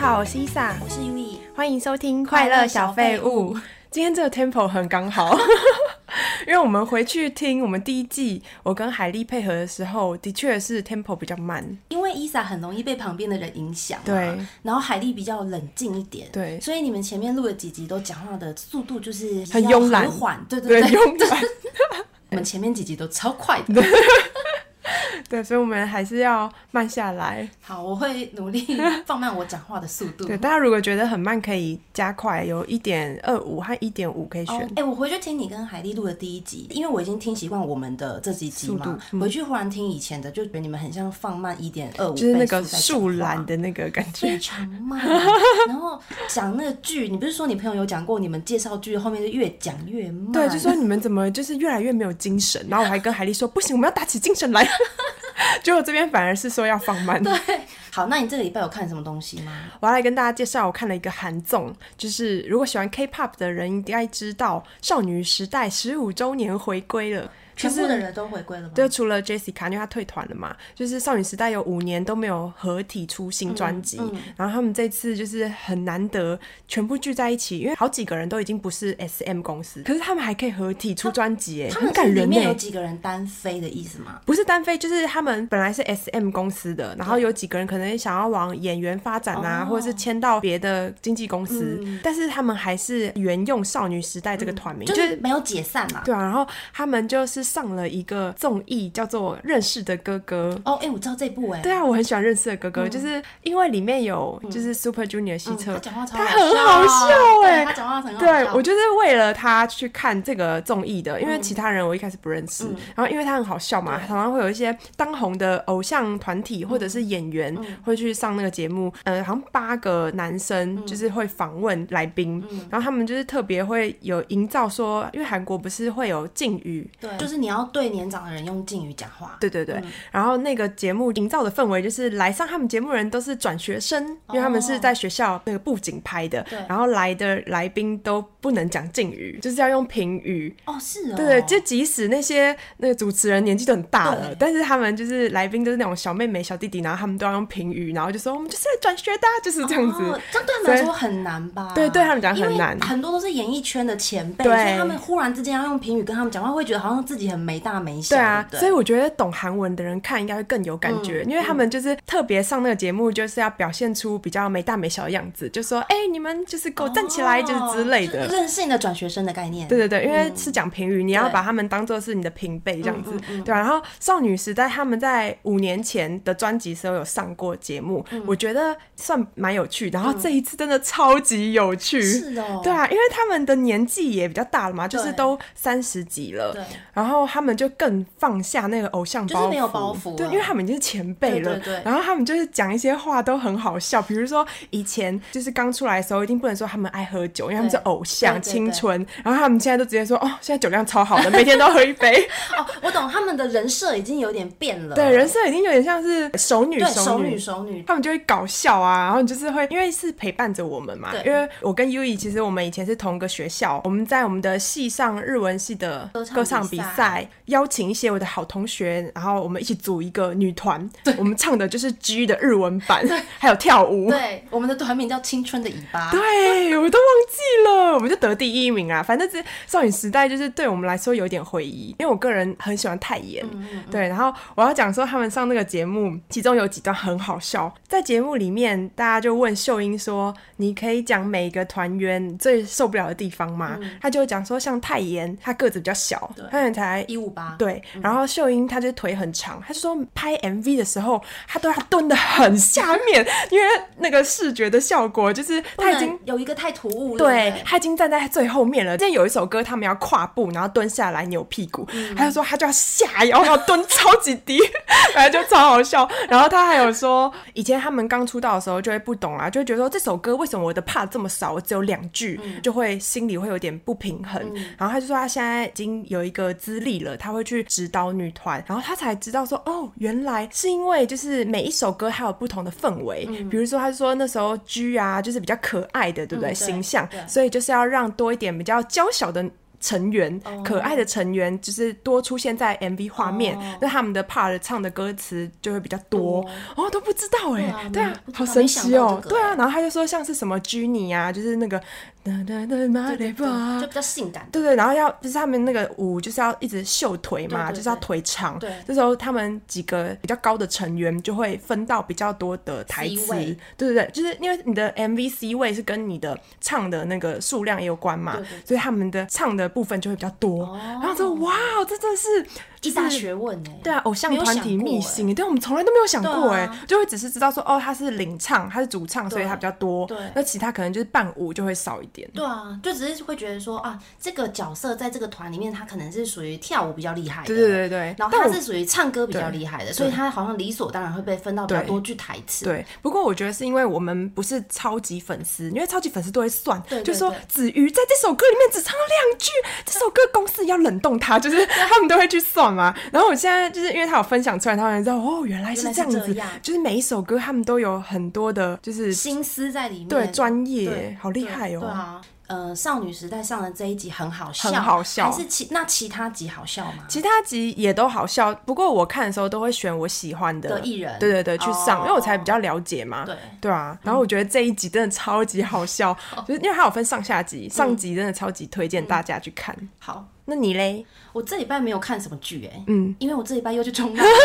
好，我是伊萨，我是 Yui，欢迎收听《快快乐乐小小废废物物》。今天这个 tempo 很刚 好，因为我们回去听我们第一季，我跟海莉配合的时候，的确是 tempo 比较慢。因为伊萨很容易被旁边的人影响、啊，对。然后海莉比较冷静一点，对所以你们前面录的几集都讲话的速度就是很慵懒比较和缓，对对对，对。慵懒。我们前面几集都超快的，对，所以我们还是要慢下来。好，我会努力放慢我讲话的速度。对，大家如果觉得很慢，可以加快，有一点二五和一点五可以哦，选。哎、我回去听你跟海莉录的第一集，因为我已经听习惯我们的这几集速嘛度，嗯回去忽然听以前的，就觉得你们很像放慢一点二五，就是那个树懒的那个感非觉，常 慢。然后讲那个剧，你不是说你朋友有讲过，你们介绍剧后面就越讲越慢，对，就说你们怎么就是越来越没有精神，然后我还跟海莉说不行，我们要打起精神来， 结果这边反而是说要放慢。对。好，那你这个礼拜有看什么东西吗？我要来跟大家介绍，我看了一个韩综，就是如果喜欢 K-pop 的人应该知道，少女时代十五周年回归了，就全部是的人都回归了吗？就除了 Jessica，因为她退团了嘛，就是少女时代有五年都没有合体出新专辑，嗯然后他们这次就是很难得全部聚在一起，因为好几个人都已经不是 SM 公司，可是他们还可以合体出专辑，哎，他很们感是里人呢面。有几个人单飞的意思吗？不是单飞，就是他们本来是 S M 公司的，然后有几个人可能想要往演员发展啊，哦嗯或者是签到别的经纪公司，但是他们还是沿用少女时代这个团名，就就是是。没有解散嘛。对啊，然后他们就是上了一个综艺，叫做《认识的哥哥》。哦，哎、我知道这部哎、对啊，我很喜欢认识的哥哥，就是因为里面有就是 Super Junior 西嗯澈，他讲话超他好很笑啊好笑对哎他讲话很好对笑。嗯我就是为了他去看这个综艺的，因为其他人我一开始不认识，然后因为他很好笑嘛，常常会有一些当红的偶像团体或者是演嗯员会去上那个节目，呃，好像八个男嗯生就是会访问来宾，然后他们就是特别会有营造说，因为韩国不是会有敬语，对，就是你要对年长的人用敬语讲话。对对对，然后那个节目营造的氛围就是来上他们节目的人都是转学生，哦因为他们是在学校那个布景拍的，然后来的来宾都不能讲敬语，就是要用平语。哦，是哦。对，就即使那些那个主持人年纪都很大了对，但是他们就是来宾都是那种小妹妹、小弟弟，然后他们都要用平语，然后就说我们就是来转学的啊，就是 这样子。哦，这对他所们以来说很难吧？对对他们讲很难因为很多都是演艺圈的前辈，对所以他们忽然之间要用评语跟他们讲话，会觉得好像自己很没大没对小。对啊不，对嗯所以我觉得懂韩文的人看应该会更有感觉，因为他们就是特别上那个节目，就是要表现出比较没大没小的样子，就说哎、你们就是给我站起来，就是之类的。哦就是任性的转学生的概念。对对对，因为是讲评语，你要对嗯把他们当做是你的平辈这样子，对啊吧、然后少女时代他们在五年前的专辑时候有上过节目，嗯我觉得算蛮有趣。然后这一次真的超级有趣，是哦对啊，因为他们的年纪也比较大了嘛，就是对都三十几了对，然后他们就更放下那个偶像包袱，就是没有包袱对，了因为他们已经是前辈了，对对对然后他们就是讲一些话都很好笑，比如说以前就是刚出来的时候，一定不能说他们爱喝酒，因为他们是对偶像对对对青春。然后他们现在都直接说哦，现在酒量超好的，每天都喝一 杯。哦，我懂，他们的人设已经有点变了。对，人设已经有点像是熟女，对熟熟女熟女，他们就会搞笑啊，然后你就是会，因为是陪伴着我们嘛。对因为我跟 U E 其实我们以前是同一个学校，我们在我们的系上日文系的歌歌唱唱比比赛赛，邀请一些我的好同学，然后我们一起组一个女团，我们唱的就是 G 的日文版，还有跳舞。对，我们的团名叫《青春的尾巴》。对，我都忘记了，我们就得第一名啊。反正这少女时代就是对我们来说有点回忆，因为我个人很喜欢泰妍。对，然后我要讲说他们上那个节目，其中有几段很好笑。在节目里面，大家就问秀英说：“你可以讲每一个团员最受不了的地方吗？”她就讲说，像泰妍，她个子比较小，泰妍才一五八，对，然后秀英她就是腿很长，她说拍 MV 的时候，她都要蹲得很下面，因为那个视觉的效果就是她已经。有一个太突兀了。对不，她已经站在最后面了。之前有一首歌，他们要跨步，然后蹲下来扭屁股，她就说她就要下腰，要蹲超级低， 反正就超好笑。然后她还有说，以前他们刚出道的时候就会不懂啊，就会觉得说这首歌为什么我的 part 这么少，我只有两句，就会心里会有点不平衡。然后她就说她啊现在已经有一个资历了，她会去指导女团，然后她才知道说哦，原来是因为就是每一首歌它有不同的氛围，比如说她说那时候 G 啊，就是比较可爱的，对不对？嗯对形象，对所以就是要让多一点比较娇小的。成员、哦可爱的成员，就是多出现在 MV 画面，哦那、他们的 part 唱的歌词就会比较多。哦，都不知道哎、啊对啊没不，知好道神没想奇到哦、这个对啊，欸然后他就说像是什么 j e n n y 啊，就是那个哒哒啊哒马里巴就比较性感的。对对，然后要就是他们那个舞就是要一直秀腿嘛，对对就是要对腿长。对这时候他们几个比较高的成员就会分到比较多的台 C 词，位对对对，就是因为你的 MV C 位是跟你的唱的那个数量也有关嘛，对对对哦所以他们的唱的部分就会比较多。然后说哇，这真的是就一是大学问哎、对啊，偶像团体没有秘想过欸辛，对我们从来都没有想过对哎、啊就会只是知道说哦，他是领唱，他是主唱，所以他比较多。对那其他可能就是伴舞就会少一点。对啊，就只是会觉得说啊，这个角色在这个团里面，他可能是属于跳舞比较厉害的，对对对对，然后但他我是属于唱歌比较厉害的，所以他好像理所当然会被分到比较对多句台词。对，不过我觉得是因为我们不是超级粉丝，因为超级粉丝都会算，对对就说对子瑜在这首歌里面只唱了两句，这首歌公司要冷冻他， 就是他们都会去算嘛。然后我现在就是因为他有分享出来，他们知道哦，原来是原来这是样这子样，就是每一首歌他们都有很多的，就是心思在里面，对专对业，好厉害对哦。啊，呃，少女时代上的这一集很好笑，很好笑还是其那其他集好笑吗？其他集也都好笑，不过我看的时候都会选我喜欢的的艺人对对对，去上，因为我才哦比较了解嘛。对对啊，然后我觉得这一集真的超级好笑，嗯就是因为它有分上下集，上集真的超级推荐大家去看。好，那你嘞？我这礼拜没有看什么剧哎、嗯，因为我这礼拜又去冲 浪了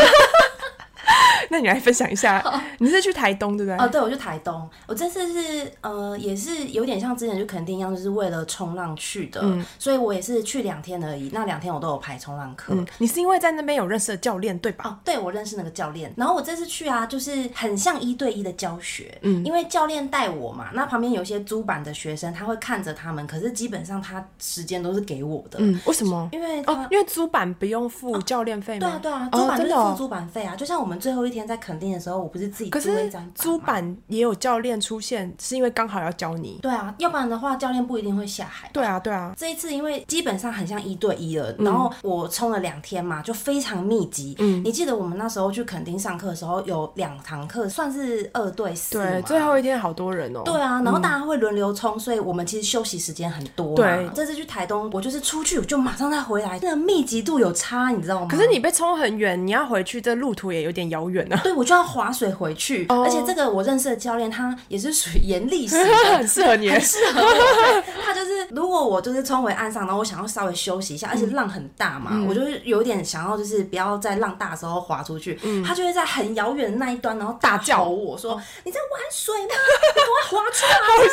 那你来分享一 下，你是去台东对不对？哦，对，我去台东，我这次是呃也是有点像之前去垦丁一样，就是为了冲浪去的，嗯所以我也是去两天而已，那两天我都有排冲浪课，嗯，你是因为在那边有认识的教练对吧？哦，对，我认识那个教练。然后我这次去啊，就是很像一对一的教学，嗯，因为教练带我嘛，那旁边有一些租版的学生，他会看着他们，可是基本上他时间都是给我的，嗯，为什么？因为他。哦，因为租版不用付教练费对吗？啊，对啊，租哦版就真是的付哦租版费啊，就像我们最后一天在垦丁的时候，我不是自己可租了一是张吗租版也有教练出现，是因为刚好要教你。对啊，要不然的话教练不一定会下海。对啊，对啊，这一次因为基本上很像一对一了，嗯然后我冲了两天嘛，就非常密集。嗯，你记得我们那时候去垦丁上课的时候，有两堂课算是二对四嘛，对，最后一天好多人哦。对啊，然后大家会轮流冲，所以我们其实休息时间很多嘛。啊对这次去台东，我就是出去我就马上再回来，那个密集度有差，你知道吗？可是你被冲很远，你要回去，这路途也有点遥远啊呢。对我就要划水回去，哦。而且这个我认识的教练他也 是啊属于严厉型的 很适合 你，很适合我，对他就是如果我就是冲回岸上，然后我想要稍微休息一下，而且浪很大嘛，我就是有点想要就是不要在浪大的时候滑出去，他就会在很遥远的那一端，然后嗯大叫哦我说：“你在玩水吗？你给我划出来！”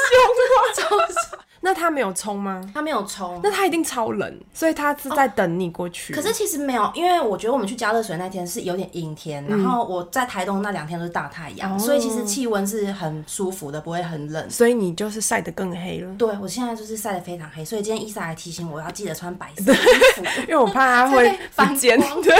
凶啊！那他没有冲吗？ 他没有冲，那他一定超冷，所以他是在等你过去。哦可是其实没有，因为我觉得我们去加热水那天是有点阴天，然后我在台东那两天都是大太阳，哦所以其实气温是很舒服的，不会很冷。所以你就是晒得更黑了，对我现在就是晒得非常黑，所以今天伊莎还提醒我要记得穿白色的衣服。因为我怕他 才会会反不见。光 对，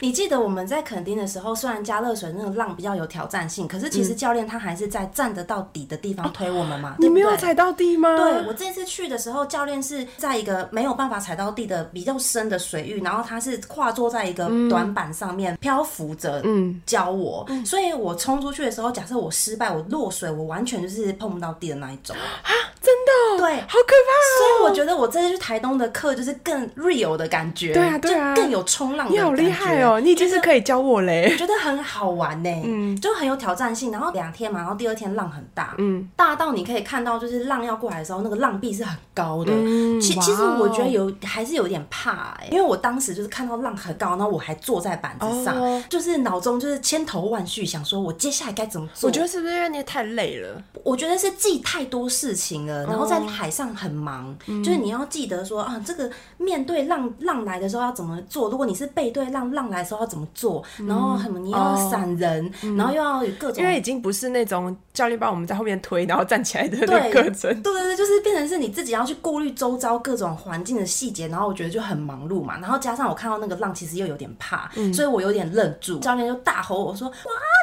你记得我们在垦丁的时候，虽然加热水那个浪比较有挑战性，可是其实教练他还是在站得到底的地方推我们嘛，嗯哦你对不没有对踩到地吗？对我这次去的时候，教练是在一个没有办法踩到地的比较深的水域，然后他是跨坐在一个嗯短板上面、漂浮着教我，所以我冲出去的时候，假设我失败，我落水，我完全就是碰不到地的那一种。真的哦，对好可怕哦！所以我觉得我这次去台东的课就是更 real 的感觉，对啊对啊就更有冲浪的你感觉。好厉害哦，你已经是可以教我嘞。觉得很好玩呢、嗯就很有挑战性。然后两天嘛，然后第二天浪很大，嗯，大到你可以看到，就是浪要过来的时候，那个浪壁是很高的。嗯其哇哦其实我觉得有还是有点怕、欸，因为我当时就是看到浪很高，然后我还坐在板子上，哦就是脑中就是千头万绪，想说我接下来该怎么做。我觉得是不是因为你太累了？我觉得是记太多事情哦了，然后在海上很忙，嗯就是你要记得说啊，这个面对浪浪来的时候要怎么做？如果你是背对浪浪来的时候要怎么做？然后什么你要嗯哦闪人，然后又要有各种因为已经不是那种教练帮我们在后面推，然后站起来的那对个课程。对对对，就是变成是你自己要去顾虑周遭各种环境的细节，然后我觉得就很忙碌嘛。然后加上我看到那个浪，其实又有嗯 点怕，所以我有点愣住。教练就大吼我说：“哇，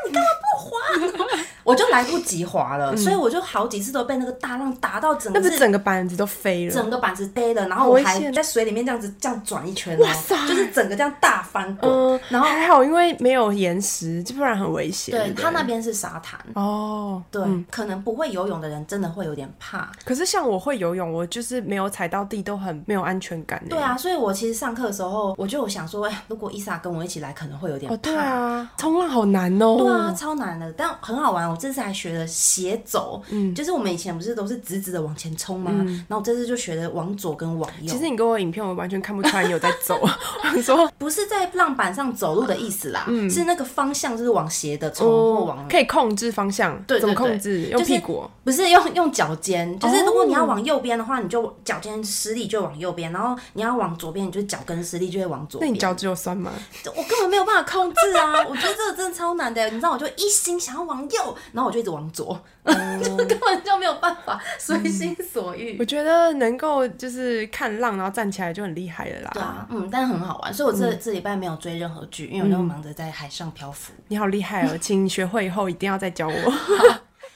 你干嘛不滑？”我就来不及滑了，所以我就好几次都被那个大浪打到整嗯那不个是是整个板子都飞了？整个板子呆了，然好后我危还险在水里面这样子这样转一圈、哦，哇塞就是整个这样大翻滚，嗯，然后还好，因为没有岩石，就不然很危险。对对，它那边是沙滩。哦，对，可能不会游泳的人真的会有点怕。可是像我会游泳，我就是没有踩到地都很没有安全感。欸对，啊，所以我其实上课的时候，我就有想说，哎，如果伊莎跟我一起来，可能会有点哦，怕。对啊，冲浪好难哦。对啊，超难的，但很好玩。我这次还学了斜走，就是我们以前不是都是直直的往前冲吗？然后我这次就学了往左跟往右，其实你给我影片，我完全看不出来你有在 走。我想说不是在浪板上走路的意思啦，是那个方向就是往斜的冲或往。哦可以控制方向，对对怎么控对制？用就是屁股哦。不是用用脚尖，就是如果你要哦往右边的话，你就脚尖施力就往右边；然后你要往左边，你就脚跟施力就会往左那边。你脚趾有酸吗？我根本没有办法控制啊！ 我觉得这个真的超难的，你知道，我就一心想要往右，然后我就一直往左，嗯 就根本就没有办法随心所欲。我觉得能够就是看浪，然后站起来就很厉害了啦。对啊，嗯，但很好玩，所以我这、嗯这礼拜没有追任何剧，因为我就忙着在海上漂浮。你好厉害哦！请你学会以后一定要再教 我。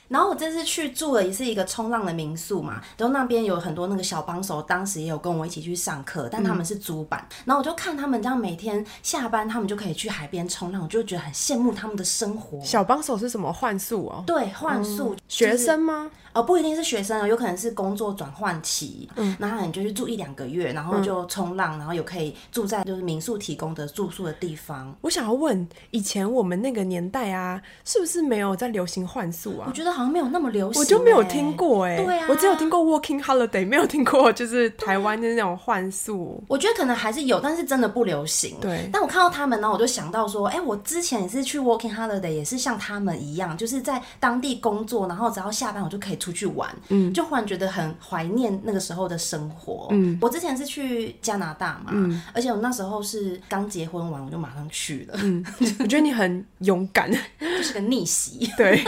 然后我这次去住了也是一个冲浪的民宿嘛，然后那边有很多那个小帮手，当时也有跟我一起去上课，但他们是租版。然后我就看他们这样每天下班，他们就可以去海边冲浪，我就觉得很羡慕他们的生活。小帮手是什么幻术哦？对，幻术、就学是生吗？哦，不一定是学生哦，有可能是工作转换期，嗯，然后你就去住一两个月，然后就冲嗯浪，然后有可以住在就是民宿提供的住宿的地方。我想要问，以前我们那个年代啊，是不是没有在流行幻术我啊？觉得好像没有那么流行、欸我就没有听。过哎、对啊我只有听过 Working Holiday，没有听过 就是台湾的那种幻术。我觉得可能还是有，但是真的不流行。对但我看到他们呢，我就想到说，哎、我之前也是去 working holiday，也是像他们一样，就是在当地工作，然后只要下班我就可以出去玩，嗯，就忽然觉得很怀念那个时候的生活。嗯，我之前是去加拿大嘛，而且我那时候是刚结婚完，我就马上去了，我觉得你很勇敢， 就是个逆袭，对，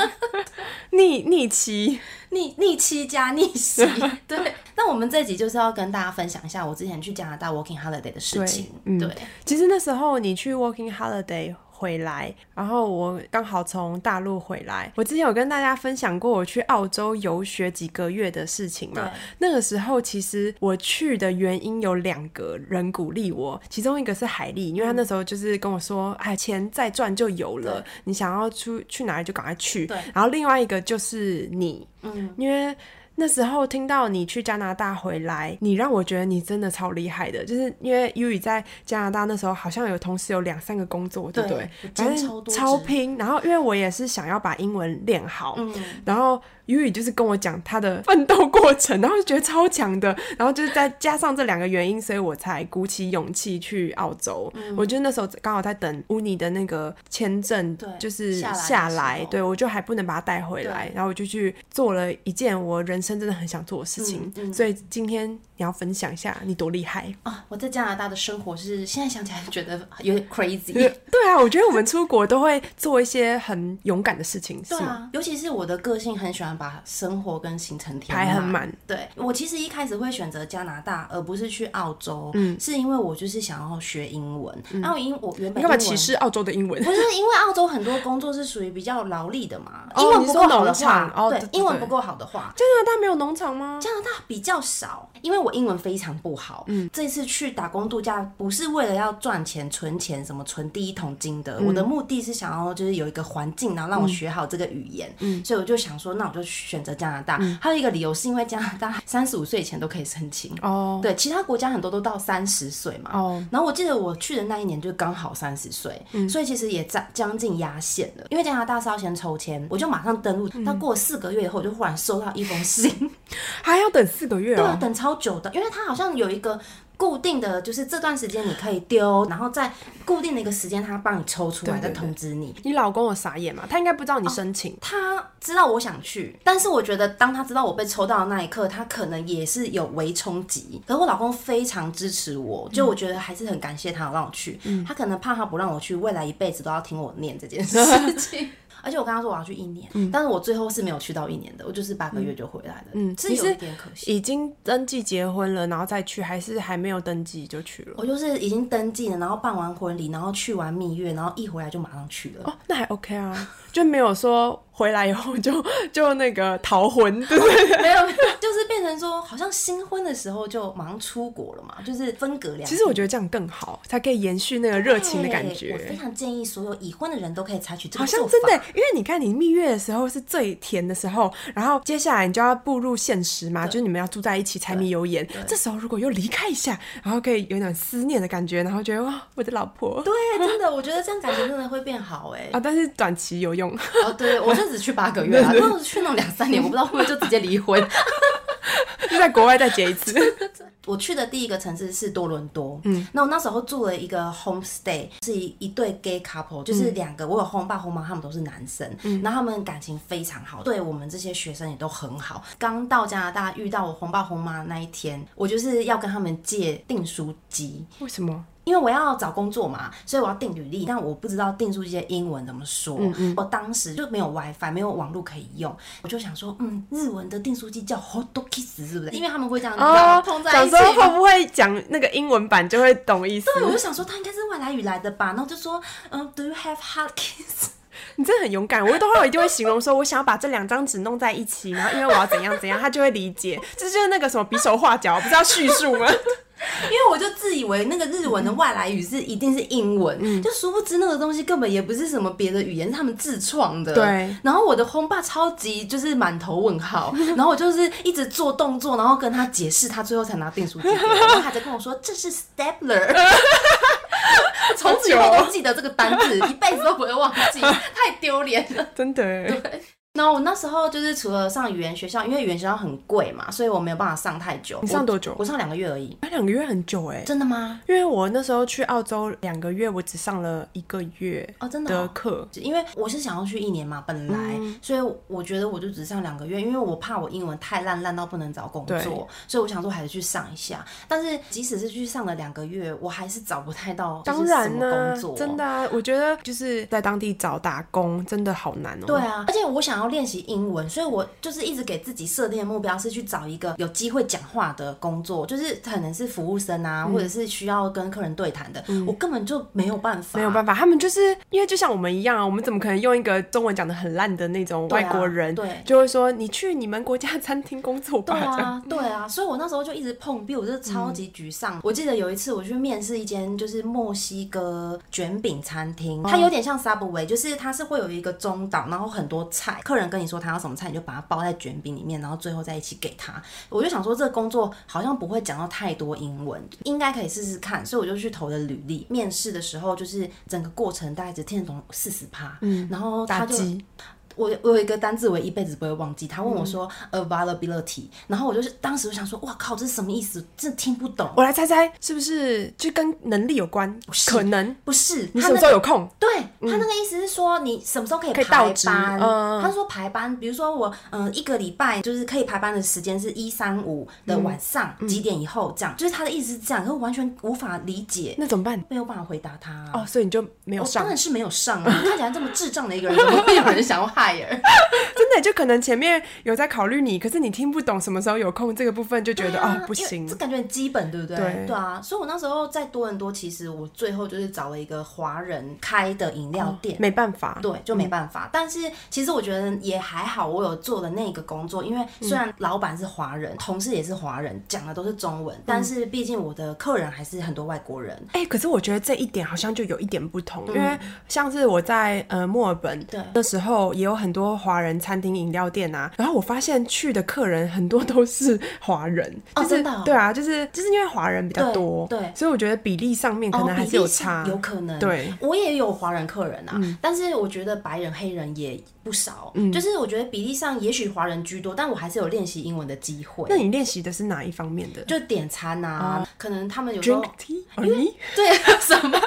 逆逆期逆逆妻加逆袭。 对，那我们这集就是要跟大家分享一下我之前去加拿大 working holiday 的事情。嗯对，其实那时候你去 Working Holiday 回来，然后我刚好从大陆回来。我之前有跟大家分享过我去澳洲游学几个月的事情嘛对。那个时候其实我去的原因有两个人鼓励我，其中一个是海丽，因为她那时候就是跟我说：“哎，钱再赚就有了对，你想要出去哪里就赶快去。”对然后另外一个就是你，嗯，因为那时候听到你去加拿大回来，你让我觉得你真的超厉害的，就是因为 U 语在加拿大那时候好像有同时有两三个工作，对不对对我？反兼正超多超职拼。然后因为我也是想要把英文练好，嗯。然后 U 语就是跟我讲他的奋斗过程，然后就觉得超强的，然后就是再加上这两个原因，所以我才鼓起勇气去澳洲。我觉得那时候刚好在等乌尼的那个签证对，就是下来的下时来候，对我就还不能把它带回来，对然后我就去做了一件我人生真的很想做的事情。嗯嗯所以今天你要分享一下你多厉 害。啊，我在加拿大的生活是现在想起来觉得有点 crazy。对啊，我觉得我们出国都会做一些很勇敢的事情，是对吗？啊，尤其是我的个性很喜欢把生活跟行程填排很满。对我其实一开始会选择加拿大，而不是去澳洲，嗯是因为我就是想要学英文。然后因我原你本干嘛英文歧？视澳洲的英文？不是因为澳洲很多工作是属于比较劳力的嘛，哦英文不够好的你说农话，场哦对对对，英文不够好的话，加拿大没有农场吗？加拿大比较少，因为我英文非常不好。嗯，这次去打工度假不是为了要赚钱、存钱，什么存第一桶金的。我的目的是想要就是有一个环境，然后让我学好这个语言。嗯，所以我就想说，那我就选择加拿大。还有一个理由是因为加拿大三十五岁以前都可以申请。哦对，其他国家很多都到三十岁嘛。哦，然后我记得我去的那一年就刚好三十岁，所以其实也将将近压线了。因为加拿大是要先抽签，我就马上登录。但过了四个月以后，我就忽然收到一封 信，还要等四个月对啊，哦。等超久的，因为它好像有一个固定的，就是这段时间你可以丢，然后在固定的一个时间它帮你抽出来，对对再对哦通知你。你老公有傻眼嘛？他应该不知道你申请。他知道我想去，但是我觉得当他知道我被抽到的那一刻，他可能也是有微冲击。可是我老公非常支持我，就我觉得还是很感谢他有让我去。他可能怕他不让我去，未来一辈子都要听我念这件事 情。而且我跟他说我要去一年，但是我最后是没有去到一年的，我就是八个月就回来了。嗯，是你有是一点可惜。已经登记结婚了，然后再去，还是还没有登记就去了？我就是已经登记了，然后办哦完婚礼，然后去完蜜月，然后一回来就马上去了。哦，那还 OK 啊，就没有说回来以后就就那个逃婚，对不对？ 没有，就是变成说，好像新婚的时候就马上出国了嘛，就是分隔两 地。其实我觉得这样更好，才可以延续那个热情的感对我非觉。常建议所有已婚的人都可以采取这好个像做法真的，因为你看你蜜月的时候是最甜的时候，然后接下来你就要步入现实嘛，就是你们要住在一起，柴米油盐。这时候如果又离开一下，然后可以有点思念的感觉，然后觉得哇，我的老婆对，真的，我觉得这样感情真的会变好 哎、啊，但是短期有用。 哦，对，我就只去八个月啊，那我去那种两三年，我不知道会不会就直接离婚。就在国外再结一次。 我去的第一个城市是多伦多，嗯，那我那时候住了一个 homestay，是一一对 gay couple，就是两个，我有红爸红妈，他们都是男生，嗯，然后他们感情非常好，对我们这些学生也都很好。刚到加拿大遇到我红爸红妈那一天，我就是要跟他们借订书机，为什么？因为我要找工作嘛，所以我要订履历，但我不知道订书机的英文怎么说。我当时就没有 WiFi，没有网络可以用，我就想说，嗯，日文的订书机叫 Hot Kiss 是不是？因为他们会这样绕碰哦在想一起说会嘛。不会讲那个英文版就会懂意思？对，我就想说他应该是外来语来的吧，然后就说，嗯，Do you have hot kiss？ 你真的很勇敢。我都会一定会形容说，我想要把这两张纸弄在一起，然后因为我要怎样怎样，他就会理解。这就是那个什么比手画脚，不是要叙述 吗？因为我就自以为那个日文的外来语是一定是英文，就殊不知那个东西根本也不是什么别的语言，是他们自创的。对然后我的轰爸超级就是满头问号，然后我就是一直做动作，然后跟他解释，他最后才拿订书机给我，然后他才跟我说这是 stapler。从此以后都记得这个单字，一辈子都不会忘记，太丢脸了。真的，然后我那时候就是除了上语言学校，因为语言学校很贵嘛，所以我没有办法上太久。你上多久我我上两个月而已。那两个月很久哎、真的吗？因为我那时候去澳洲两个月，我只上了一个月哦真的哦的嗯课。因为我是想要去一年嘛，本来，所以我觉得我就只上两个月，因为我怕我英文太烂，烂到不能找工对作，所以我想说还是去上一下。但是即使是去上了两个月，我还是找不太到就是当什然么呢、工作，真的、啊，我觉得就是在当地找打工真的好难哦、对啊，而且我想要练习英文，所以我就是一直给自己设定的目标是去找一个有机会讲话的工作，就是可能是服务生啊，嗯或者是需要跟客人对谈的，我根本就没有办法，没有办法，他们就是因为就像我们一样啊，我们怎么可能用一个中文讲的很烂的那种对外啊国人，对就会说你去你们国家餐厅工 作吧，对这样啊，对啊，所以我那时候就一直碰壁，我就超嗯级沮丧。我记得有一次我去面试一间就是墨西哥卷饼餐厅，哦它有点像 Subway，就是它是会有一个中岛，然后很多菜，客人跟你说他要什么菜，你就把它包在卷饼里面，然后最后再一起给他。我就想说这个工作好像不会讲到太多英文，应该可以试试看，所以我就去投了履历。面试的时候就是整个过程大概只听得懂四十趴，嗯，然后他打就击。我我有一个单字，我一辈子不会忘记。他问嗯我说、availability，然后我就是当时我想说，哇靠，这是什么意思？真的听不懂。我来猜猜，是不是就跟能力有关？可能不哦是，你他什么那时候有空？对他那个意思是说，你什么时候可以可以排到职班？嗯他说排班，比如说我，嗯、一个礼拜就是可以排班的时间是一三五的嗯晚上、几点以后这样，就是他的意思是这样，可我完全无法理解，那怎么办？没有办法回答他啊、哦，所以你就没有我当上然，是没有 上啊！看起来这么智障的一个人，怎么会有人想要 hire？真的就可能前面有在考虑你，可是你听不懂什么时候有空这个部分，就觉对得、啊哦不因为行这，感觉很基本，对不对？对啊，所以我那时候在多伦多，其实我最后就是找了一个华人开的饮料店。哦没嗯办法。对，就没办法。但是其实我觉得也还好，我有做的那个工作，因为嗯虽然老板是华人，同事也是华人，讲的都是中文，嗯但是毕竟我的客人还是很多外国人。哎、可是我觉得这一点好像就有一点不同，因为像是我在呃墨尔本嗯对的时候，也有很多华人餐厅、饮料店啊，然后我发现去的客人很多都是华人，哦就是、真的哦对啊，就是就是因为华人比较多，对对所以我觉得比例上面可能还是有差，哦比例上有可能。对，嗯我也有华人客人啊，但是我觉得白人、黑人也不少。就是我觉得比例上也许华人居多，但我还是有练习英文的机会。那你练习的是哪一方面的？就点餐啊，可能他们有时候 drink tea，哦你对什么。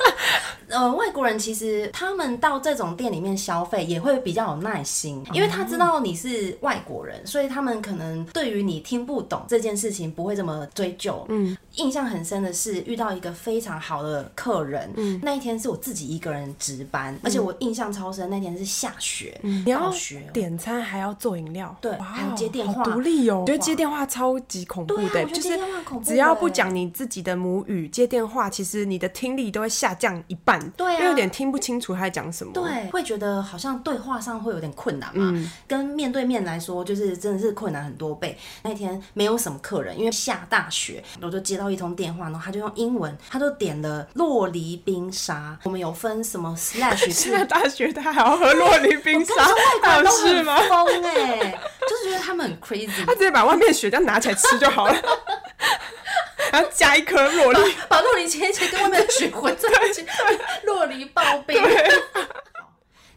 呃，外国人其实他们到这种店里面消费也会比较有耐心，因为他知道你是外国人，所以他们可能对于你听不懂这件事情不会这么追究。嗯，印象很深的是遇到一个非常好的客人，那一天是我自己一个人值班，而且我印象超深，那天是下雪，你暴要雪哦点餐还要做饮料，对哇哦还有接电好话独立哦，我觉得哇接电话超级恐怖的对欸，啊我觉得就接是电话很恐怖只要欸不讲你自己的母语，接电话其实你的听力都会下降一半，乱，对啊又有点听不清楚他在讲什么。对，嗯会觉得好像对话上会有点困难嘛，跟面对面来说，就是真的是困难很多倍。那天没有什么客人，因为下大雪，我就接到一通电话，然后他就用英文，他就点了洛梨冰沙，我们有分什么 slash 现是在大学他还要喝洛梨 冰沙，他有都事很吗？疯哎、就是觉得他们很 crazy，他直接把外面的雪这样拿起来吃就好了， 然后加一颗洛梨。 把洛梨切一切跟外面的雪混在一起，洛梨刨冰。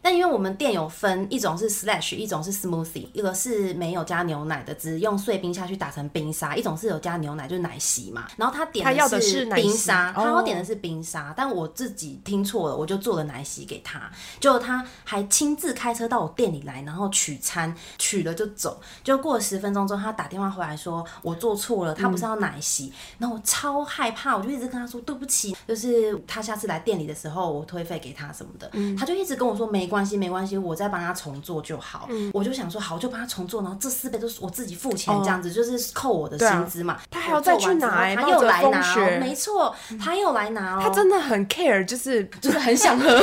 但因为我们店有分一种是 slash，一种是 smoothie，一个是没有加牛奶的，只用碎冰下去打成冰沙；一种是有加牛奶，就是奶昔嘛。然后他点他要的的是奶昔冰沙，他哦要点的是冰沙，但我自己听错了，我就做了奶昔给他。结果他还亲自开车到我店里来，然后取餐，取了就走。就过了十分钟之后，他打电话回来说我做错了，他嗯不是要奶昔。然后我超害怕，我就一直跟他说对不起，就是他下次来店里的时候，我退费给他什么的。嗯他就一直跟我说没关系，没关系，我再帮他重做就好。嗯我就想说好，就帮他重做，然后这四倍都是我自己付钱，这样子、就是扣我的哦对啊薪资嘛。他还要再去拿欸我冒做完之后他又着来风拿、雪哦，没错，他又来拿、哦， 他真的很 care，就是就是很想喝，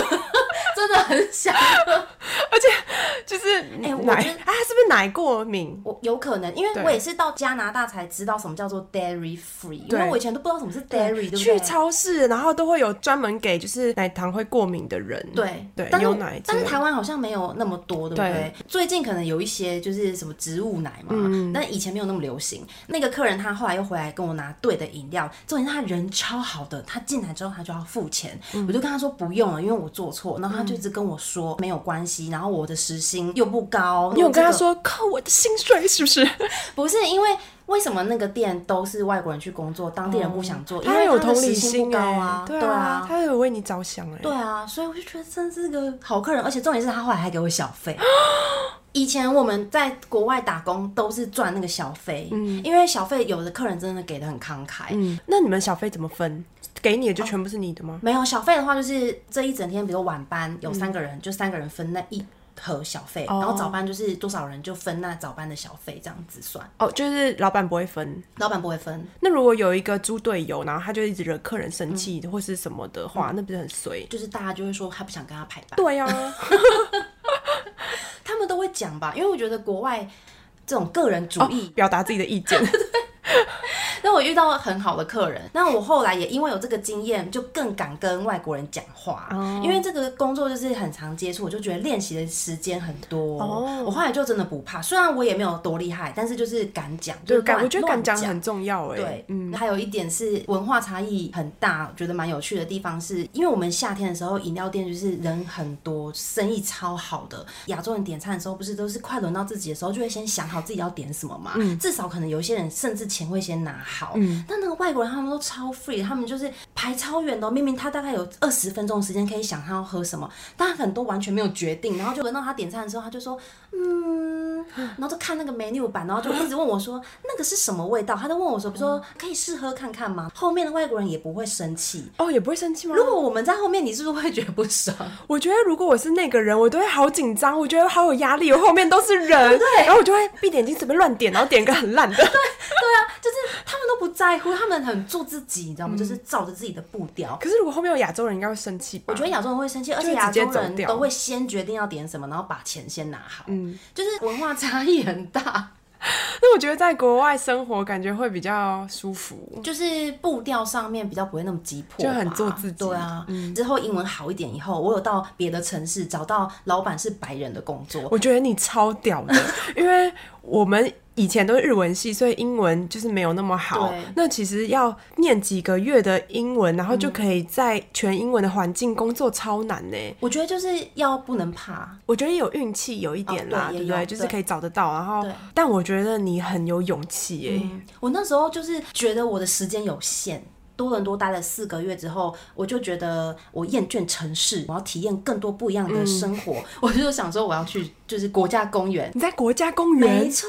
真的很想喝。就是哎我奶、觉得啊，他是不是奶过敏？我有可能，因为我也是到加拿大才知道什么叫做 dairy free，因对为我以前都不知道什么是 dairy，对不去对？超市，然后都会有专门给就是奶糖会过敏的人。对嗯对，但是牛奶之但类是的。台湾好像没有那么多，对不对？对嗯最近可能有一些就是什么植物奶嘛，但以前没有那么流行。那个客人他后来又回来跟我拿对的饮料，重点是他人超好的，他进来之后他就要付钱，嗯我就跟他说不用了，因为我做错，然后他就一直跟我说没有关系，然后我的时薪又不高，你有跟他说。说扣我的薪水是不是？不是因为为什么那个店都是外国人去工作，当地人不想做，因哦他为有的同时理薪心不高欸啊，对对啊。他有为你着想哎、对啊，所以我就觉得真是个好客人，而且重点是他后来还给我小费。 以前我们在国外打工都是赚那个小费，因为小费有的客人真的给的很慷慨，嗯，那你们小费怎么分？给你的哦就全部是你的吗？没有小费的话，就是这一整天，比如晚班有三个人，就三个人分那一盒小费，嗯哦然后早班就是多少人就分那早班的小费，这样子算，哦，就是老板不会分。老板不会分。那如果有一个猪队友，然后他就一直惹客人生气、嗯或是什么的话，那不是很衰？就是大家就会说他不想跟他排班，对呀、 啊，他们都会讲吧，因为我觉得国外这种个人主义， 表达自己的意 见。那、我遇到很好的客人，那我后来也因为有这个经验，就更敢跟外国人讲话，哦因为这个工作就是很常接触，我就觉得练习的时间很多。哦我后来就真的不怕，虽然我也没有多厉害，但是就是敢讲，就对，是敢乱我觉得敢乱讲讲很重要哎、对，嗯，还有一点是文化差异很大，我觉得蛮有趣的地方是，因为我们夏天的时候，饮料店就是人很多，生意超好的。亚洲人点餐的时候，不是都是快轮到自己的时候，就会先想好自己要点什么嘛？至少可能有一些人甚至钱会先拿好。但那个外国人他们都超 free，他们就是排超远的哦、明明他大概有二十分钟的时间可以想他要喝什么，但他很多完全没有决定，然后就轮到他点餐的时候，他就说嗯，然后就看那个 menu 版，然后就一直问我说那个是什么味道，他就问我说，比如说嗯可以试喝看看吗？后面的外国人也不会生气。哦，也不会生气吗？如果我们在后面，你是不是会觉得不 爽？我觉得如果我是那个人，我都会好紧张，我觉得好有压力，我后面都是 人，然后我就会闭着眼睛随便乱点，然后点一个很烂的。就是他们都不在乎，他们很做自己，你知道吗？就是照着自己的步调。嗯可是如果后面有亚洲人，应该会生气吧？我觉得亚洲人会生气，而就且会亚直接洲走人掉都会先决定要点什么，然后把钱先拿好。嗯，就是文化差异很大。那我觉得在国外生活感觉会比较舒服。就是步调上面比较不会那么急迫吧，就很做自己嗯对啊，之后英文好一点以后，我有到别的城市找到老板是白人的工作，我觉得你超屌 的，因为我们。以前都是日文系，所以英文就是没有那么好对。那其实要念几个月的英文，然后嗯就可以在全英文的环境工作，超难欸呢、我觉得就是要不能怕，我觉得有运气有一点啦，哦对对也不对？有就是对可以找得到，然后对，但我觉得你很有勇气耶、嗯我那时候就是觉得我的时间有限。多伦多待了四个月之后，我就 觉得我厌倦城市，我要体验更多不一样的生活。我就想说，我要去就是国家公园。你在国家公园，没你错，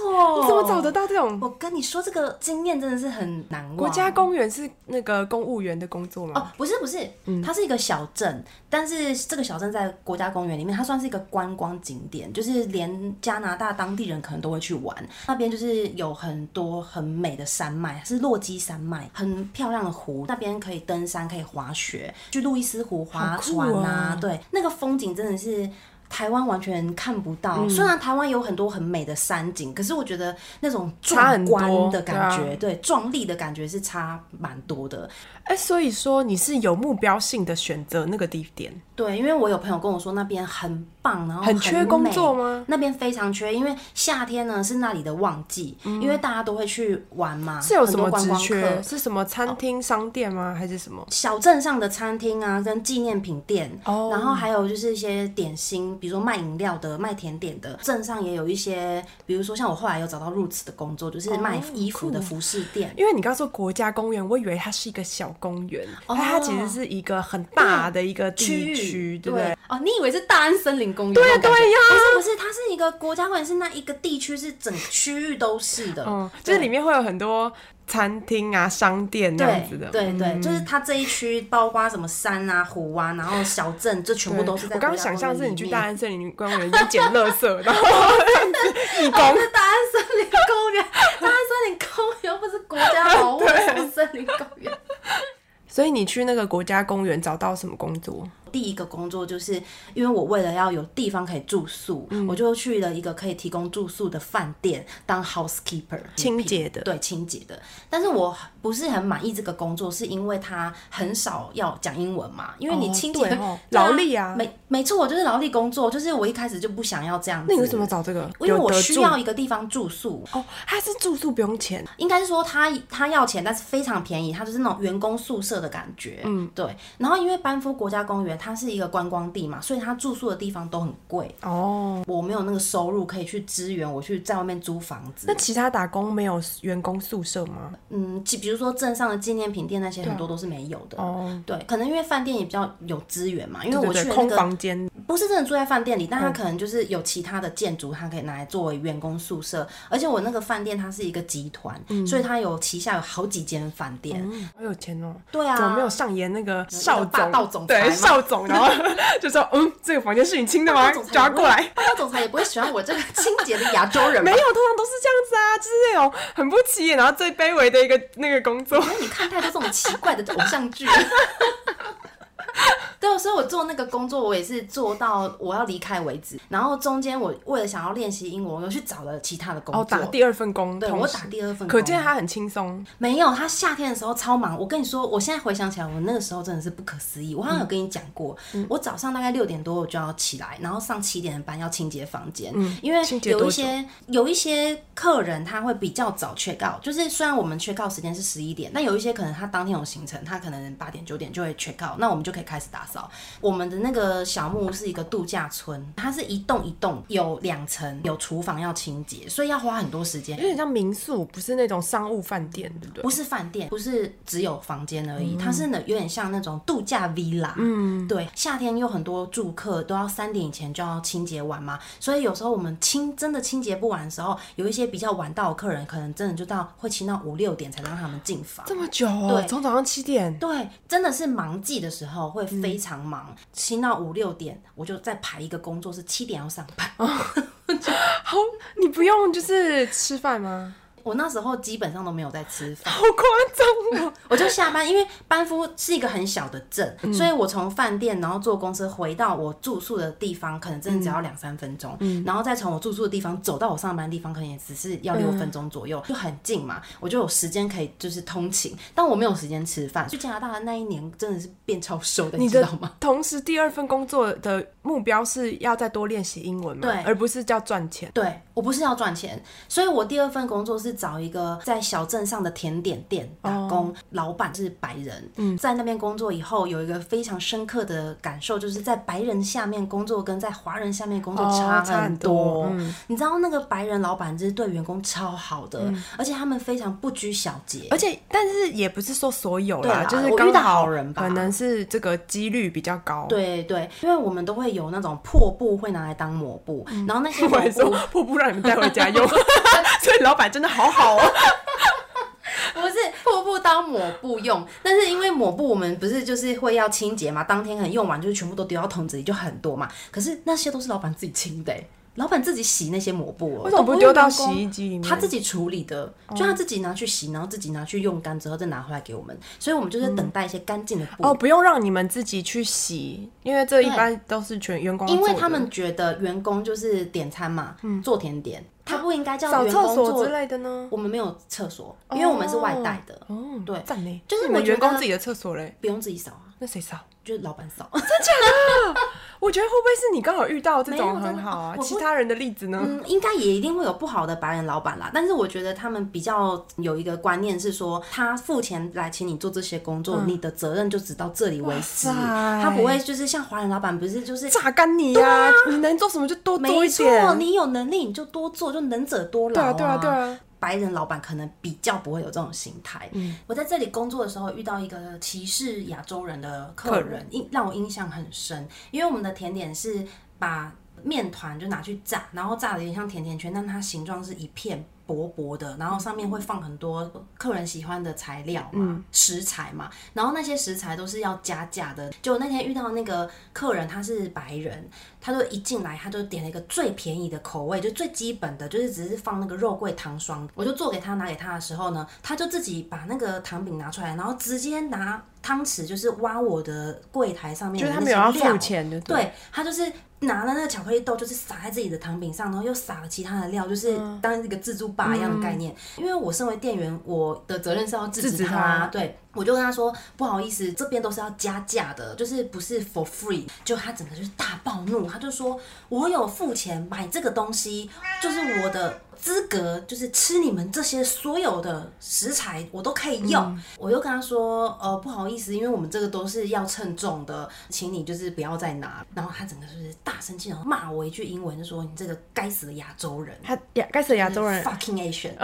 怎么找得？到这种？我跟你说，这个经验真的是很难忘。国家公园是那个公务员的工作吗？嗯哦，不是不是，它是一个小镇，但是这个小镇在国家公园里面，它算是一个观光景点，就是连加拿大当地人可能都会去玩。那边就是有很多很美的山脉，是落基山脉，很漂亮的湖，那边可以登山，可以滑雪，去路易斯湖划好酷船啊对，那个风景真的是。台湾完全看不到，嗯虽然台湾有很多很美的山景，可是我觉得那种差壮很多观的感对啊觉，对壮丽的感觉是差蛮多的。哎、所以说你是有目标性的选择那个地点，对，因为我有朋友跟我说那边很棒，然后哦很很缺工美作吗？那边非常缺，因为夏天呢是那里的旺季，因为大家都会去玩嘛，嗯是有很什多么观职光缺？客。是什么餐厅、商店吗？还是什么？小镇上的餐厅啊，跟纪念品店哦然后还有就是一些点心，比如说卖饮料的、卖甜点的。镇上也有一些，比如说像我后来有找到 Roots 的工作，就是哦卖衣服的服饰店。因为你刚说国家公园，我以为它是一个小公园，哦但它其实是一个很大的一个地域区，对不对？哦，你以为是大安森林公园那种感觉？对呀不是不是，它是一个国家公园，是那一个地区是整区域都是的，嗯，就是对里面会有很多餐厅啊、商店那样子的。嗯对对对，就是它这一区包括什么山啊、湖啊，然后小镇，这全部对都是在我刚国家公刚园想象是你去大里面。安森林公园去捡垃 圾，然后义工 哦，是大安森林公园，大安森林公园又 不是国家保护什么森林公园。所以你去那个国家公园找到什么工作？第一个工作就是因为我为了要有地方可以住宿，嗯我就去了一个可以提供住宿的饭店当 housekeeper 清洁的对清洁的。但是我不是很满意这个工作，是因为它很少要讲英文嘛，因为你哦清洁对的哦对劳力啊没没错，我就是劳力工作，就是我一开始就不想要这样子。那你为什么？找这个？因为有我得需住要一个地方住宿，哦，它是住宿不用钱，应该是说他他要钱，但是非常便宜，他就是那种员工宿舍的感觉。嗯，对。然后因为班夫国家公园它是一个观光地嘛，所以它住宿的地方都很贵。哦。我没有那个收入可以去支援我去在外面租房子那。其他打工没有员工宿舍吗？嗯，其比如说镇上的纪念品店那些啊很多都是没有的。哦，对，可能因为饭店也比较有资源嘛，因为对我对对，去的那空个房嗯间不是真的住在饭店里，但它可能就是有其他的建筑，它可以拿来作为员工宿舍。而且我那个饭店它是一个集团，所以它有旗下有好几间饭店。好有钱嗯哦。对啊，怎么没有上演那个少霸总？道总裁对吗少总，然后 就说嗯，这个房间是你清的霸吗道总？裁抓过来。霸道总裁也不会喜欢我这个清洁的亚洲人 吧没？有，通常都是这样子啊，就是那种很不起眼，然后最卑微的一个那个工作。哎因为你看太多这种奇怪的偶像剧。 对，所以我做那个工作，我也是做到我要离开为止。然后中间我为了想要练习英文，我又去找了其他的工作。哦，打第二份工，对同我时打第二份工，可见他很轻松。没有，他夏天的时候超忙。我跟你说，我现在回想起来，我那个时候真的是不可思议。我好像有跟你讲过，嗯我早上大概六点多我就要起来，然后上七点的班要清洁房间，因为嗯清洁多久有一些有一些客人他会比较早 check out，就是虽然我们 check out 时间是十一点，但有一些可能他当天有行程，他可能八点九点就会 check out，那我们就可以开始打扫。我们的那个小木屋是一个度假村，它是一栋一栋有两层，有厨房要清洁，所以要花很多时间有。点像民宿，不是那种商务饭店，对不对？不是饭店，不是只有房间而嗯已，它是呢有点像那种度假 villa。嗯，对，夏天有很多住客都要三点以前就要清洁完嘛，所以有时候我们清真的清洁不完的时候，有一些比较晚到的客人，可能真的就到会清到五六点才让他们进房。这么久哦，对从早上七 点，对，真的是忙季的时候会非嗯常忙，清到五六点，我就再排一个工作是七点要上班。哦好，你不用就是吃饭吗？我那时候基本上都没有在吃 饭，好夸张哦！ 我就下班，因为班夫是一个很小的镇，所以我从饭店然后坐公车回到我住宿的地方，可能真的只要两三分钟，然后再从我住宿的地方走到我上班的地方，可能也只是要六分钟左右，就很近嘛，我就有时间可以就是通勤，但我没有时间吃饭。去加拿大的那一年真的是变超瘦的，你你知的道吗？同时第二份工作的目标是要再多练习英文嘛，对而不是叫赚钱。对我不是要赚钱，所以我第二份工作是找一个在小镇上的甜点店打哦工，老板是白人。嗯，在那边工作以后，有一个非常深刻的感受，就是在白人下面工作跟在华人下面工作哦差差很很多嗯你知道那个白人老板就是对员工超好的，嗯而且他们非常不拘小节而。且，但是也不是说所有对啦，啦就是我遇刚到好好人吧可能是这个几率比较高。，对对，因为我们都会有那种破布会拿来当抹布，然后 那 些嗯我抹还说布破布让你们带回家 用，所以老板真的好好哦。不是破布当抹布用，但是因为抹布我们不是就是会要清洁嘛，当天可能用完就是全部都丢到桶子里，就很多嘛。可是那些都是老板自己清的欸、老板自己洗那些抹布哦， 为什么不都丢用到员洗工衣机里面哦他自己处理的，就他自己拿去洗，然后自己拿去用干之后再拿回来给我们，所以我们就是等待一些干净的布。哦，不用让你们自己去洗，因为这一般都是全员工做因的。为他们觉得员工就是点餐嘛，做甜点，他不应该叫嗯啊扫员厕工所做之。类的呢，我们没有厕所，因为我们是外带的，哦，对赞呢，就是你们我觉员工得自己的厕所嘞，不用自己扫啊，那谁扫？就是老板扫。我觉得会不会是你刚好遇到这没有种真的很好啊我？不其他人的例子呢？嗯，应该也一定会有不好的白人老板啦，但是我觉得他们比较有一个观念是说，他付钱来请你做这些工作，你的责任就只到这里为嗯止，哇塞他不会就是像华人老板不是就是。榨干你呀！你能做什么就多做没一错，点。你有能力你就多做，就能者多劳、对啊，对啊，对啊。白人老板可能比较不会有这种心态。我在这里工作的时候遇到一个歧视亚洲人的客客人人，印让我印象很深，因为我们的甜点是把面团就拿去炸，然后炸的有点像甜甜圈，但它形状是一片。薄薄的，然后上面会放很多客人喜欢的材料嘛、食材嘛，然后那些食材都是要加价的。就我那天遇到那个客人，他是白人，他就一进来，他就点了一个最便宜的口味，就最基本的，就是只是放那个肉桂糖霜。我就做给他拿给他的时候呢，他就自己把那个糖饼拿出来，然后直接拿汤匙就是挖我的柜台上面就的是他嗯们那些有要付料。钱的，对他就是拿了那个巧克力豆，就是撒在自己的糖饼上，然后又撒了其他的料，就是当一个自助吧一样的概念。因为我身为店员，我的责任是要制制止止他，啊他对。我就跟他说，不好意思，这边都是要加价的，就是不是 for free。就他整个就是大暴怒，他就说，我有付钱买这个东西，就是我的资格，就是吃你们这些所有的食材，我都可以用。嗯我又跟他说，呃，不好意思，因为我们这个都是要称重的，请你就是不要再拿。然后他整个就是大生气，然后骂我一句英文，就说你这个该死的亚洲人。他亚该死的亚洲人， fucking Asian。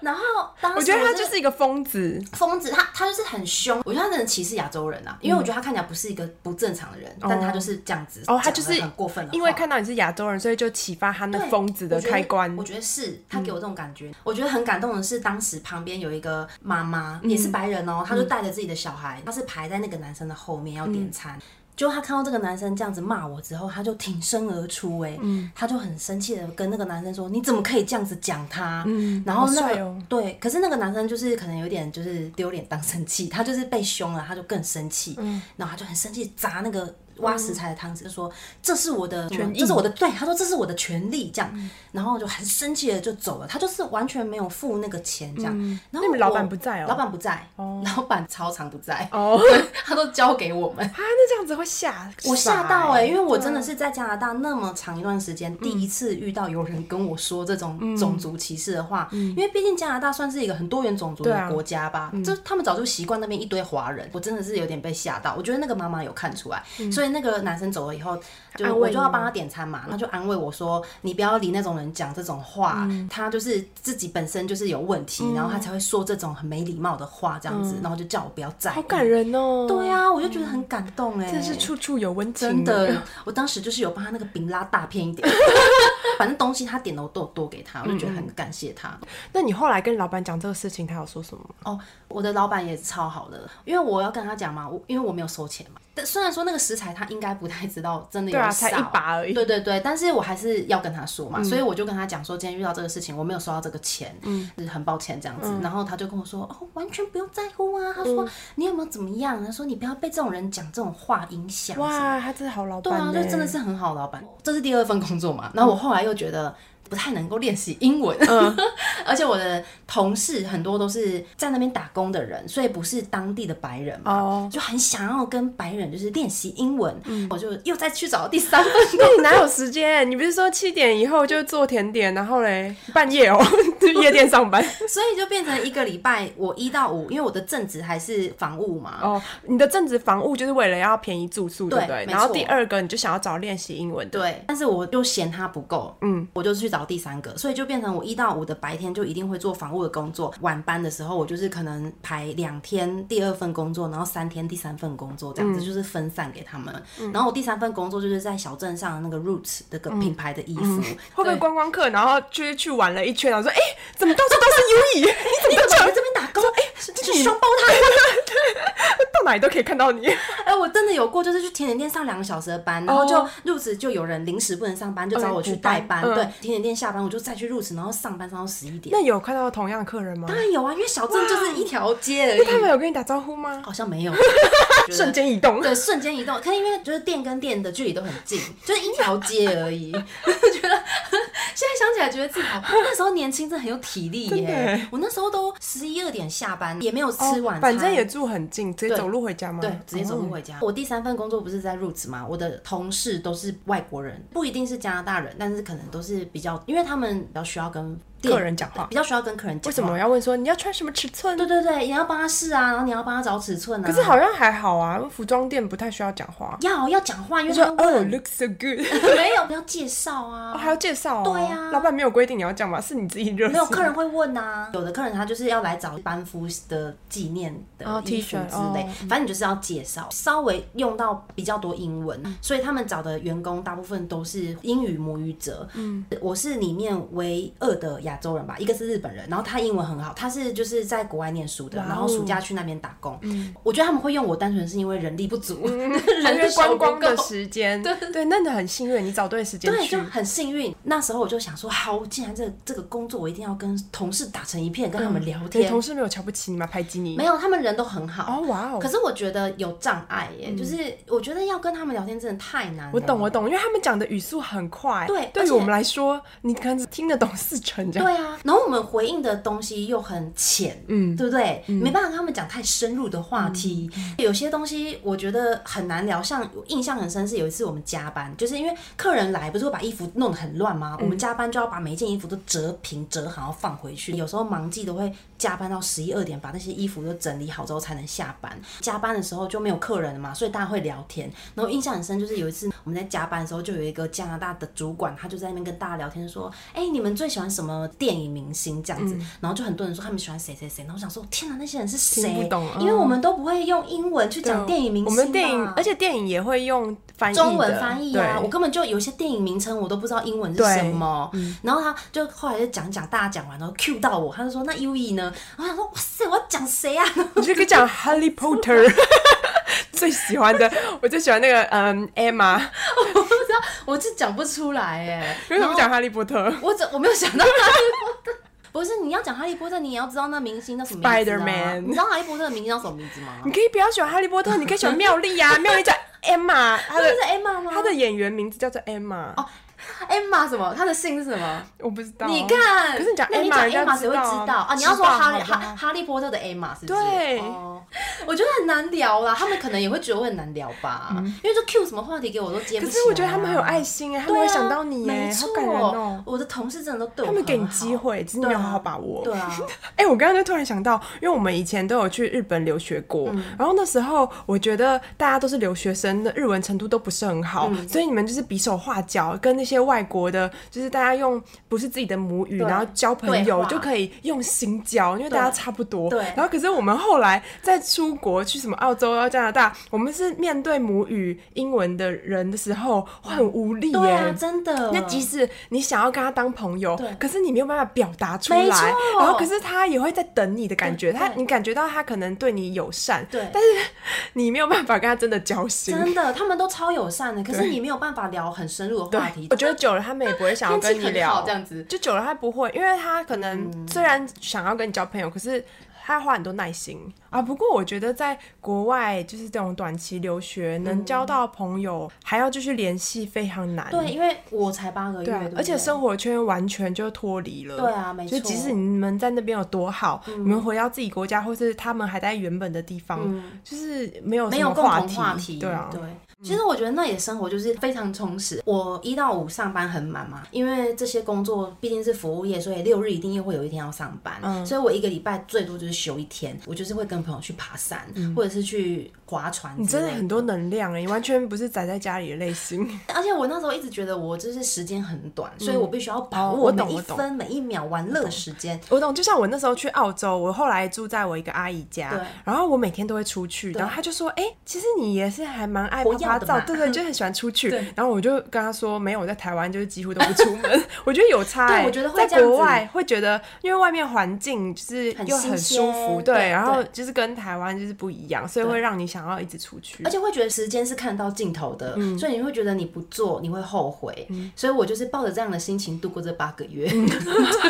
然后当时我觉得他真就的是一个疯子，疯子，他他就是很凶，我觉得他真的歧视亚洲人啊，因为我觉得他看起来不是一个不正常的人，但他就是这样子嗯哦他讲就是了很过分的话，因为看到你是亚洲人，所以就启发他那对疯子的我觉得开关嗯我。觉得是他给我这种感觉。我觉得很感动的是，当时旁边有一个妈妈，嗯也是白人哦，她就带着自己的小孩，她是排在那个男生的后面要点嗯餐。就她看到这个男生这样子骂我之后，她就挺身而出、哎、嗯她就很生气的跟那个男生说：“你怎么可以这样子讲他？”然后那好个、帅哦对，可是那个男生就是可能有点就是丢脸当生气，他就是被凶了，他就更生气，嗯然后他就很生气砸那个挖食材的汤匙，就说：“这是我的权益嗯这是我的对，他说这是我的权利，这样，然后就很生气的就走了，他就是完全没有付那个钱这样，然后嗯你们老我板不在哦老板不在，老板超常不在， 哦，他都交给我们。啊，那这样子会吓我吓到哎、哎、因为我真的是在加拿大那么长一段时嗯间，第一次遇到有人跟我说这种种族歧视的话，因为毕竟加拿大算是一个很多元种嗯族对啊的国家吧，就他们早就习惯那边一堆华人，我真的是有点被吓到。我觉得那个妈妈有看出来，所以那个男生走了以后，就嗯安慰我你就要吗帮他点餐嘛，他就安慰我说：“你不要理那种人讲这种话，嗯他就是自己本身就是有问题，然后他才会说这种很没礼貌的话这样子，然后就叫我不要在意。”嗯好感人哦。对啊，我就觉得很感动哎、真的是处处有温情。真，的，我当时就是有帮他那个饼拉大片一 点，反正东西他点的我都有多给他，我就觉得很感谢他。那你后来跟老板讲这个事情，他有说什么吗？哦，我的老板也超好的，因为我要跟他讲嘛，我因为我没有收钱嘛。但虽然说那个食材他应该不太知道，真的有对啊，少才一把而已。嗯对对对，但是我还是要跟他说嘛，所以我就跟他讲说，今天遇到这个事情，我没有收到这个钱，嗯，很抱歉这样嗯子。然后他就跟我说，哦，完全不用在乎啊。他说、你有没有怎么样？他说你不要被这种人讲这种话影响。哇，他真的好老对板啊，呢。就真的是很好的老板。这是第二份工作嘛，然后我后来又觉得不太能够练习英文， 而且我的同事很多都是在那边打工的人，所以不是当地的白人嘛，哦就很想要跟白人就是练习英文，我就又再去找第三份 那你哪有时间？你不是说七点以后就做甜点，然后嘞半夜哦， 去夜店上班所以就变成一个礼拜，我一到五，因为我的正职还是房务嘛，哦。你的正职房务就是为了要便宜住宿，对啊对不对？没错然后第二个你就想要找练习英文的，对，但是我就嫌它不够，嗯，我就去找第三个，所以就变成我一到五的白天就一定会做房务的工作，晚班的时候我就是可能排两天第二份工作，然后三天第三份工作，这样嗯子、就是分散给他们。然后我第三份工作就是在小镇上的那个 Roots 这个品牌的衣服，嗯会不会对观光客然后去去玩了一圈，然后说，哎，怎么到处都是 U 椅？你怎么到我处在这边打工，哎、是这是你双胞胎。到哪里都可以看到 你？哎、我真的有过，就是去甜点店上两个小时的哦班，然后就入职就有人临时不能上班，就找我去代班。嗯补班对嗯，甜点店下班我就再去入职，然后上班上到十一点。那有看到同样的客人吗当？然有啊，因为小镇就是一条街而他们已，有跟你打招呼吗？好像没有瞬。间移动，哦对，瞬间移动，可能因为就是店跟店的距离都很近，就是一条街而已。 觉得现在想起来觉得自己好，那时候年轻真的很有体力真的耶耶。我那时候都十一二点下班，也没有吃哦晚餐，反正也嗯住很近，直接走路回家哦吗？对，直接走路回家。我第三份工作不是在 Roots 嘛，我的同事都是外国人，不一定是加拿大人，但是可能都是比较，因为他们比较需要跟店客人讲话比较需要跟客人讲为话。什么要问说你要穿什么尺寸？对啊对对，你要帮他试啊，然后你要帮他找尺寸啊。可是好像还好啊，服装店不太需要讲话。要要讲话，因为说他会哦问， ，look so good，没有要介绍啊，哦还要介绍哦。对啊老板没有规定你要讲吧，是你自己热。没有客人会问啊，有的客人他就是要来找班夫的纪念的哦衣 T 服恤之类，哦反正你就是要介绍，稍微用到比较多英文，所以他们找的员工大部分都是英语母语者。嗯，我是里面唯二的亚洲人吧，一个是日本人，然后他英文很好，他是就是在国外念书的，哇哦然后暑假去那边打工。嗯，我觉得他们会用我，单纯是因为人力不足，还 人是力观光的够。时间，对对，那你很幸运，你找对时间对，去就。很幸运。那时候我就想说，好，既然这这个工作我一定要跟同事打成一片，跟他们聊你天。同事没有瞧不起你吗？排挤你？没有，他们人都很好。哦，哇哦嗯可！是我觉得有障碍耶，就是我觉得要跟他们聊天真的太难了。我懂，我懂，因为他们讲的语速很快，对对而于且我们来说，你可能只听得懂四成这样。对啊，然后我们回应的东西又很浅，嗯嗯，对不对？没办法跟他们讲太深入的话题，有些东西我觉得很难聊。像我印象很深是有一次我们加班，就是因为客人来不是会把衣服弄得很乱吗？我们加班就要把每一件衣服都折平、折好，然后放回去。有时候忙季都会加班到十一二点，把那些衣服都整理好之后才能下班。加班的时候就没有客人了嘛，所以大家会聊天。然后印象很深就是有一次我们在加班的时候，就有一个加拿大的主管，他就在那边跟大家聊天说：“哎、你们最喜欢什么电影明星这样子？”然后就很多人说他们喜欢谁谁谁。然后我想说，天哪，那些人是谁？听不懂因为我们都不会用英文去对讲电影明星我嘛、们电影，而且电影也会用翻译的，中文翻译啊，对我根本就有些电影名称我都不知道英文是对什么。然后他就后来就讲讲，大家讲完，然后 Q 到我，他就说那 U E 呢？然后我想说哇塞，我要讲谁啊？你就可以 讲《Harry Potter》最喜欢的，我最喜欢那个嗯 Emma，我是讲不出来哎。为什么不讲《哈利波特》我怎我没有想到哈利波特？不是你要讲哈利波特，你也要知道那明星叫什么名字、啊。 Spider-Man 你知道哈利波特的明星叫什么名字吗？你可以不要喜欢《哈利波特》，你可以喜欢妙丽 呀、妙丽叫 Emma，她那的是 Emma 吗？她的演员名字叫做 Emma，、哦 Emma 什么？她的姓是什么？我不知道。你，看，可是你讲那你 Emma，讲人家 Emma 谁知会道啊知道啊？你要说哈利知道好不好哈哈利波特的 Emma 是不是？对哦我觉得很难聊啦，他们可能也会觉得我很难聊吧，因为就 Q 什么话题给我都接嗯可不起来啊。是我觉得他们很有爱心哎、他对们啊，会想到你哎、没好错感人哦、我的同事真的都对我他们给你很好机会，只是你没有好好把握。对啊，哎、我刚刚就突然想到，因为我们以前都有去日本留学过，嗯然后那时候我觉得大家都是留学生，那日文程度都不是很好，嗯所以你们就是比手画脚，跟那些外国的，就是大家用不是自己的母语，对然后交朋对友话就可以用心交，因为大家差不多。对然后可是我们后来在出国去什么澳洲啊、加拿大，我们是面对母语英文的人的时候，会很无力耶、对啊，真的。那即使你想要跟他当朋友对，可是你没有办法表达出没错来，然后可是他也会在等你的感觉，对他对你感觉到他可能对你友善，对但是 你没有办法跟他真的交心。真的，他们都超友善的，可是你没有办法聊很深入的话题我。觉得久了他们也不会想要跟你天气很聊好这样子嗯就久了他不会，因为他可能虽然想要跟你交朋友，可是他要花很多耐心啊。不过我觉得在国外就是这种短期留学，能交到朋友，还要继续联系非常难。嗯对，因为我才八个月，对啊对不对而且生活圈完全就脱离了。对啊没错嗯就即使你们在那边有多好，你们回到自己国家，或是他们还在原本的地方，就是没有没什有么共同题。话题，对啊，其实我觉得那也生活就是非常充实。我一到五上班很满嘛，因为这些工作毕竟是服务业，所以六日一定又会有一天要上班，嗯所以我一个礼拜最多就是休一天。我就是会跟朋友去爬山，或者是去划船之嗯类。你真的很多能量哎，你完全不是宅在家里的类型。而且我那时候一直觉得我就是时间很短，所以我必须要把哦我握懂每一我懂分每一秒玩乐时间。我懂，就像我那时候去澳洲，我后来住在我一个阿姨家对，然后我每天都会出去，然后她就说：“哎、其实你也是还蛮爱活拍跃的拍照嘛，对对，就很喜欢出去。对”然后我就跟她说：“没有，我在台湾就是几乎都不出 门。”我觉得有差、欸，对我觉得会这在样国子外会觉得，因为外面环境就是很又新很舒服，鲜对然后对就是跟台湾就是不一样，所以会让你想要一直出去而。且会觉得时间是看到尽头的，嗯所以你会觉得你不做你会后悔，所以我就是抱着这样的心情度过这八个月。嗯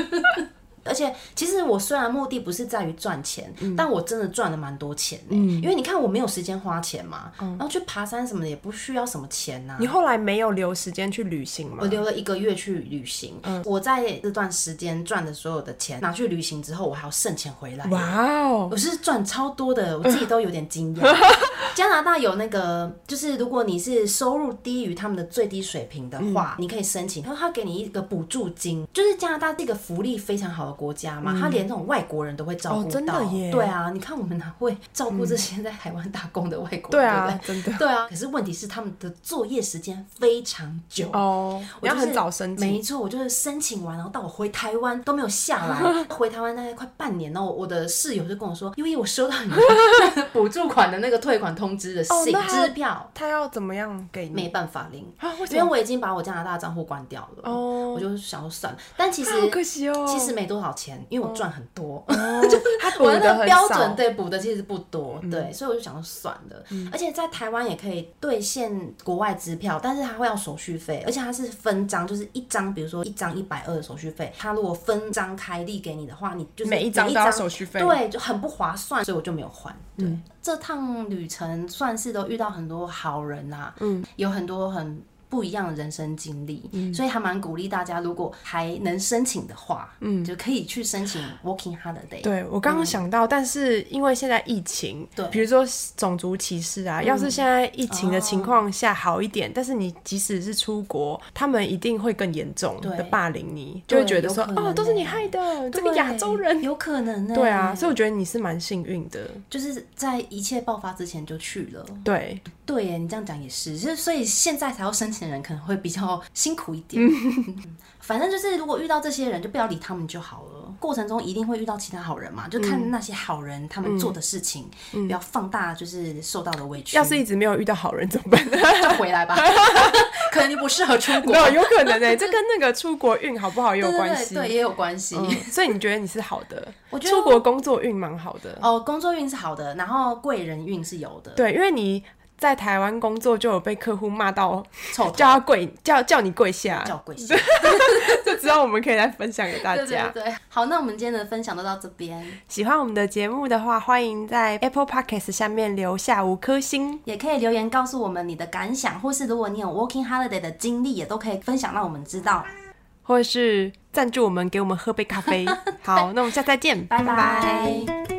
而且，其实我虽然目的不是在于赚钱，嗯但我真的赚了蛮多钱、欸因为你看我没有时间花钱嘛，然后去爬山什么的也不需要什么钱呐、嗯你后来没有留时间去旅行吗我？留了一个月去旅行，嗯我在这段时间赚的所有的钱拿去旅行之后，我还要剩钱回来。哇哦我！是赚超多的，我自己都有点 惊讶。加拿大有那个，就是如果你是收入低于他们的最低水平的话，嗯你可以申请，然后他给你一个补助金。就是加拿大这个福利非常好的国家嘛，他连那种外国人都会照顾嗯到。哦真的耶对啊，你看我们哪会照顾这些在台湾打工的外国人？对啊不对真的对啊。可是问题是他们的作业时间非常久。哦，我你要就是很早申请，没错，我就是申请完，然后到我回台湾都没有下 来，回台湾大概快半年，然后我的室友就跟我说，因为我收到你的 补助款的那个退款通知的哦信、那还支票，他要怎么样给你？没办法领，啊，为什因么为？我已经把我加拿大账户关掉了，哦我就想说算了，但其实好可惜哦。 其实没多少钱，因为我赚很多。哦，就他补我的那的个很标少准对补的其实不多，对，所以我就想说算了。嗯而且在台湾也可以兑现国外支票，但是它会要手续费，而且它是分张，就是一张，比如说一张一百二的手续费，它如果分张开立给你的话，你就是每一张都要手续费对，就很不划算，所以我就没有还。对，这趟旅程算是都遇到很多好人啦、嗯，有很多很。不一样的人生经历，所以还蛮鼓励大家，如果还能申请的话，嗯，就可以去申请 Working Holiday。对我刚刚想到，但是因为现在疫情，对嗯比如说种族歧视啊，要是现在疫情的情况下好一点，但是你即使是出国，他们一定会更严重对的霸凌你，就会觉得说有可能哦，都是你害的，这个对亚洲人。有可能呢、对啊，所以我觉得你是蛮幸运的。就是在一切爆发之前就去了。对，对耶，你这样讲也是，就是所以现在才要申请的人可能会比较辛苦一点。嗯 反正就是如果遇到这些人，就不要理他们就好了。过程中一定会遇到其他好人嘛，就看那些好人他们做的事情，不要放大嗯就是受到的委屈。要是一直没有遇到好人怎么办？就回 来吧，可能你不适合出 国没。有，有可能呢、这跟那个出国运好不好也有对对关对系。对，也有关系。嗯所以你觉得你是好的？我觉得出国工作运蛮好的。哦，工作运是好的，然后贵人运是有的。对，因为你在台湾工作就有被客户骂到， 臭头叫他跪，叫叫你跪下，叫贵姓？就知道我们可以来分享给大家。对对对，好，那我们今天的分享就到这边，喜欢我们的节目的话，欢迎在 Apple Podcast 下面留下五颗星。也可以留言告诉我们你的感想，或是如果你有 Working Holiday 的经历，也都可以分享让我们知道。 或者是赞助我们，给我们喝杯咖啡。好，那我们下次再见，拜拜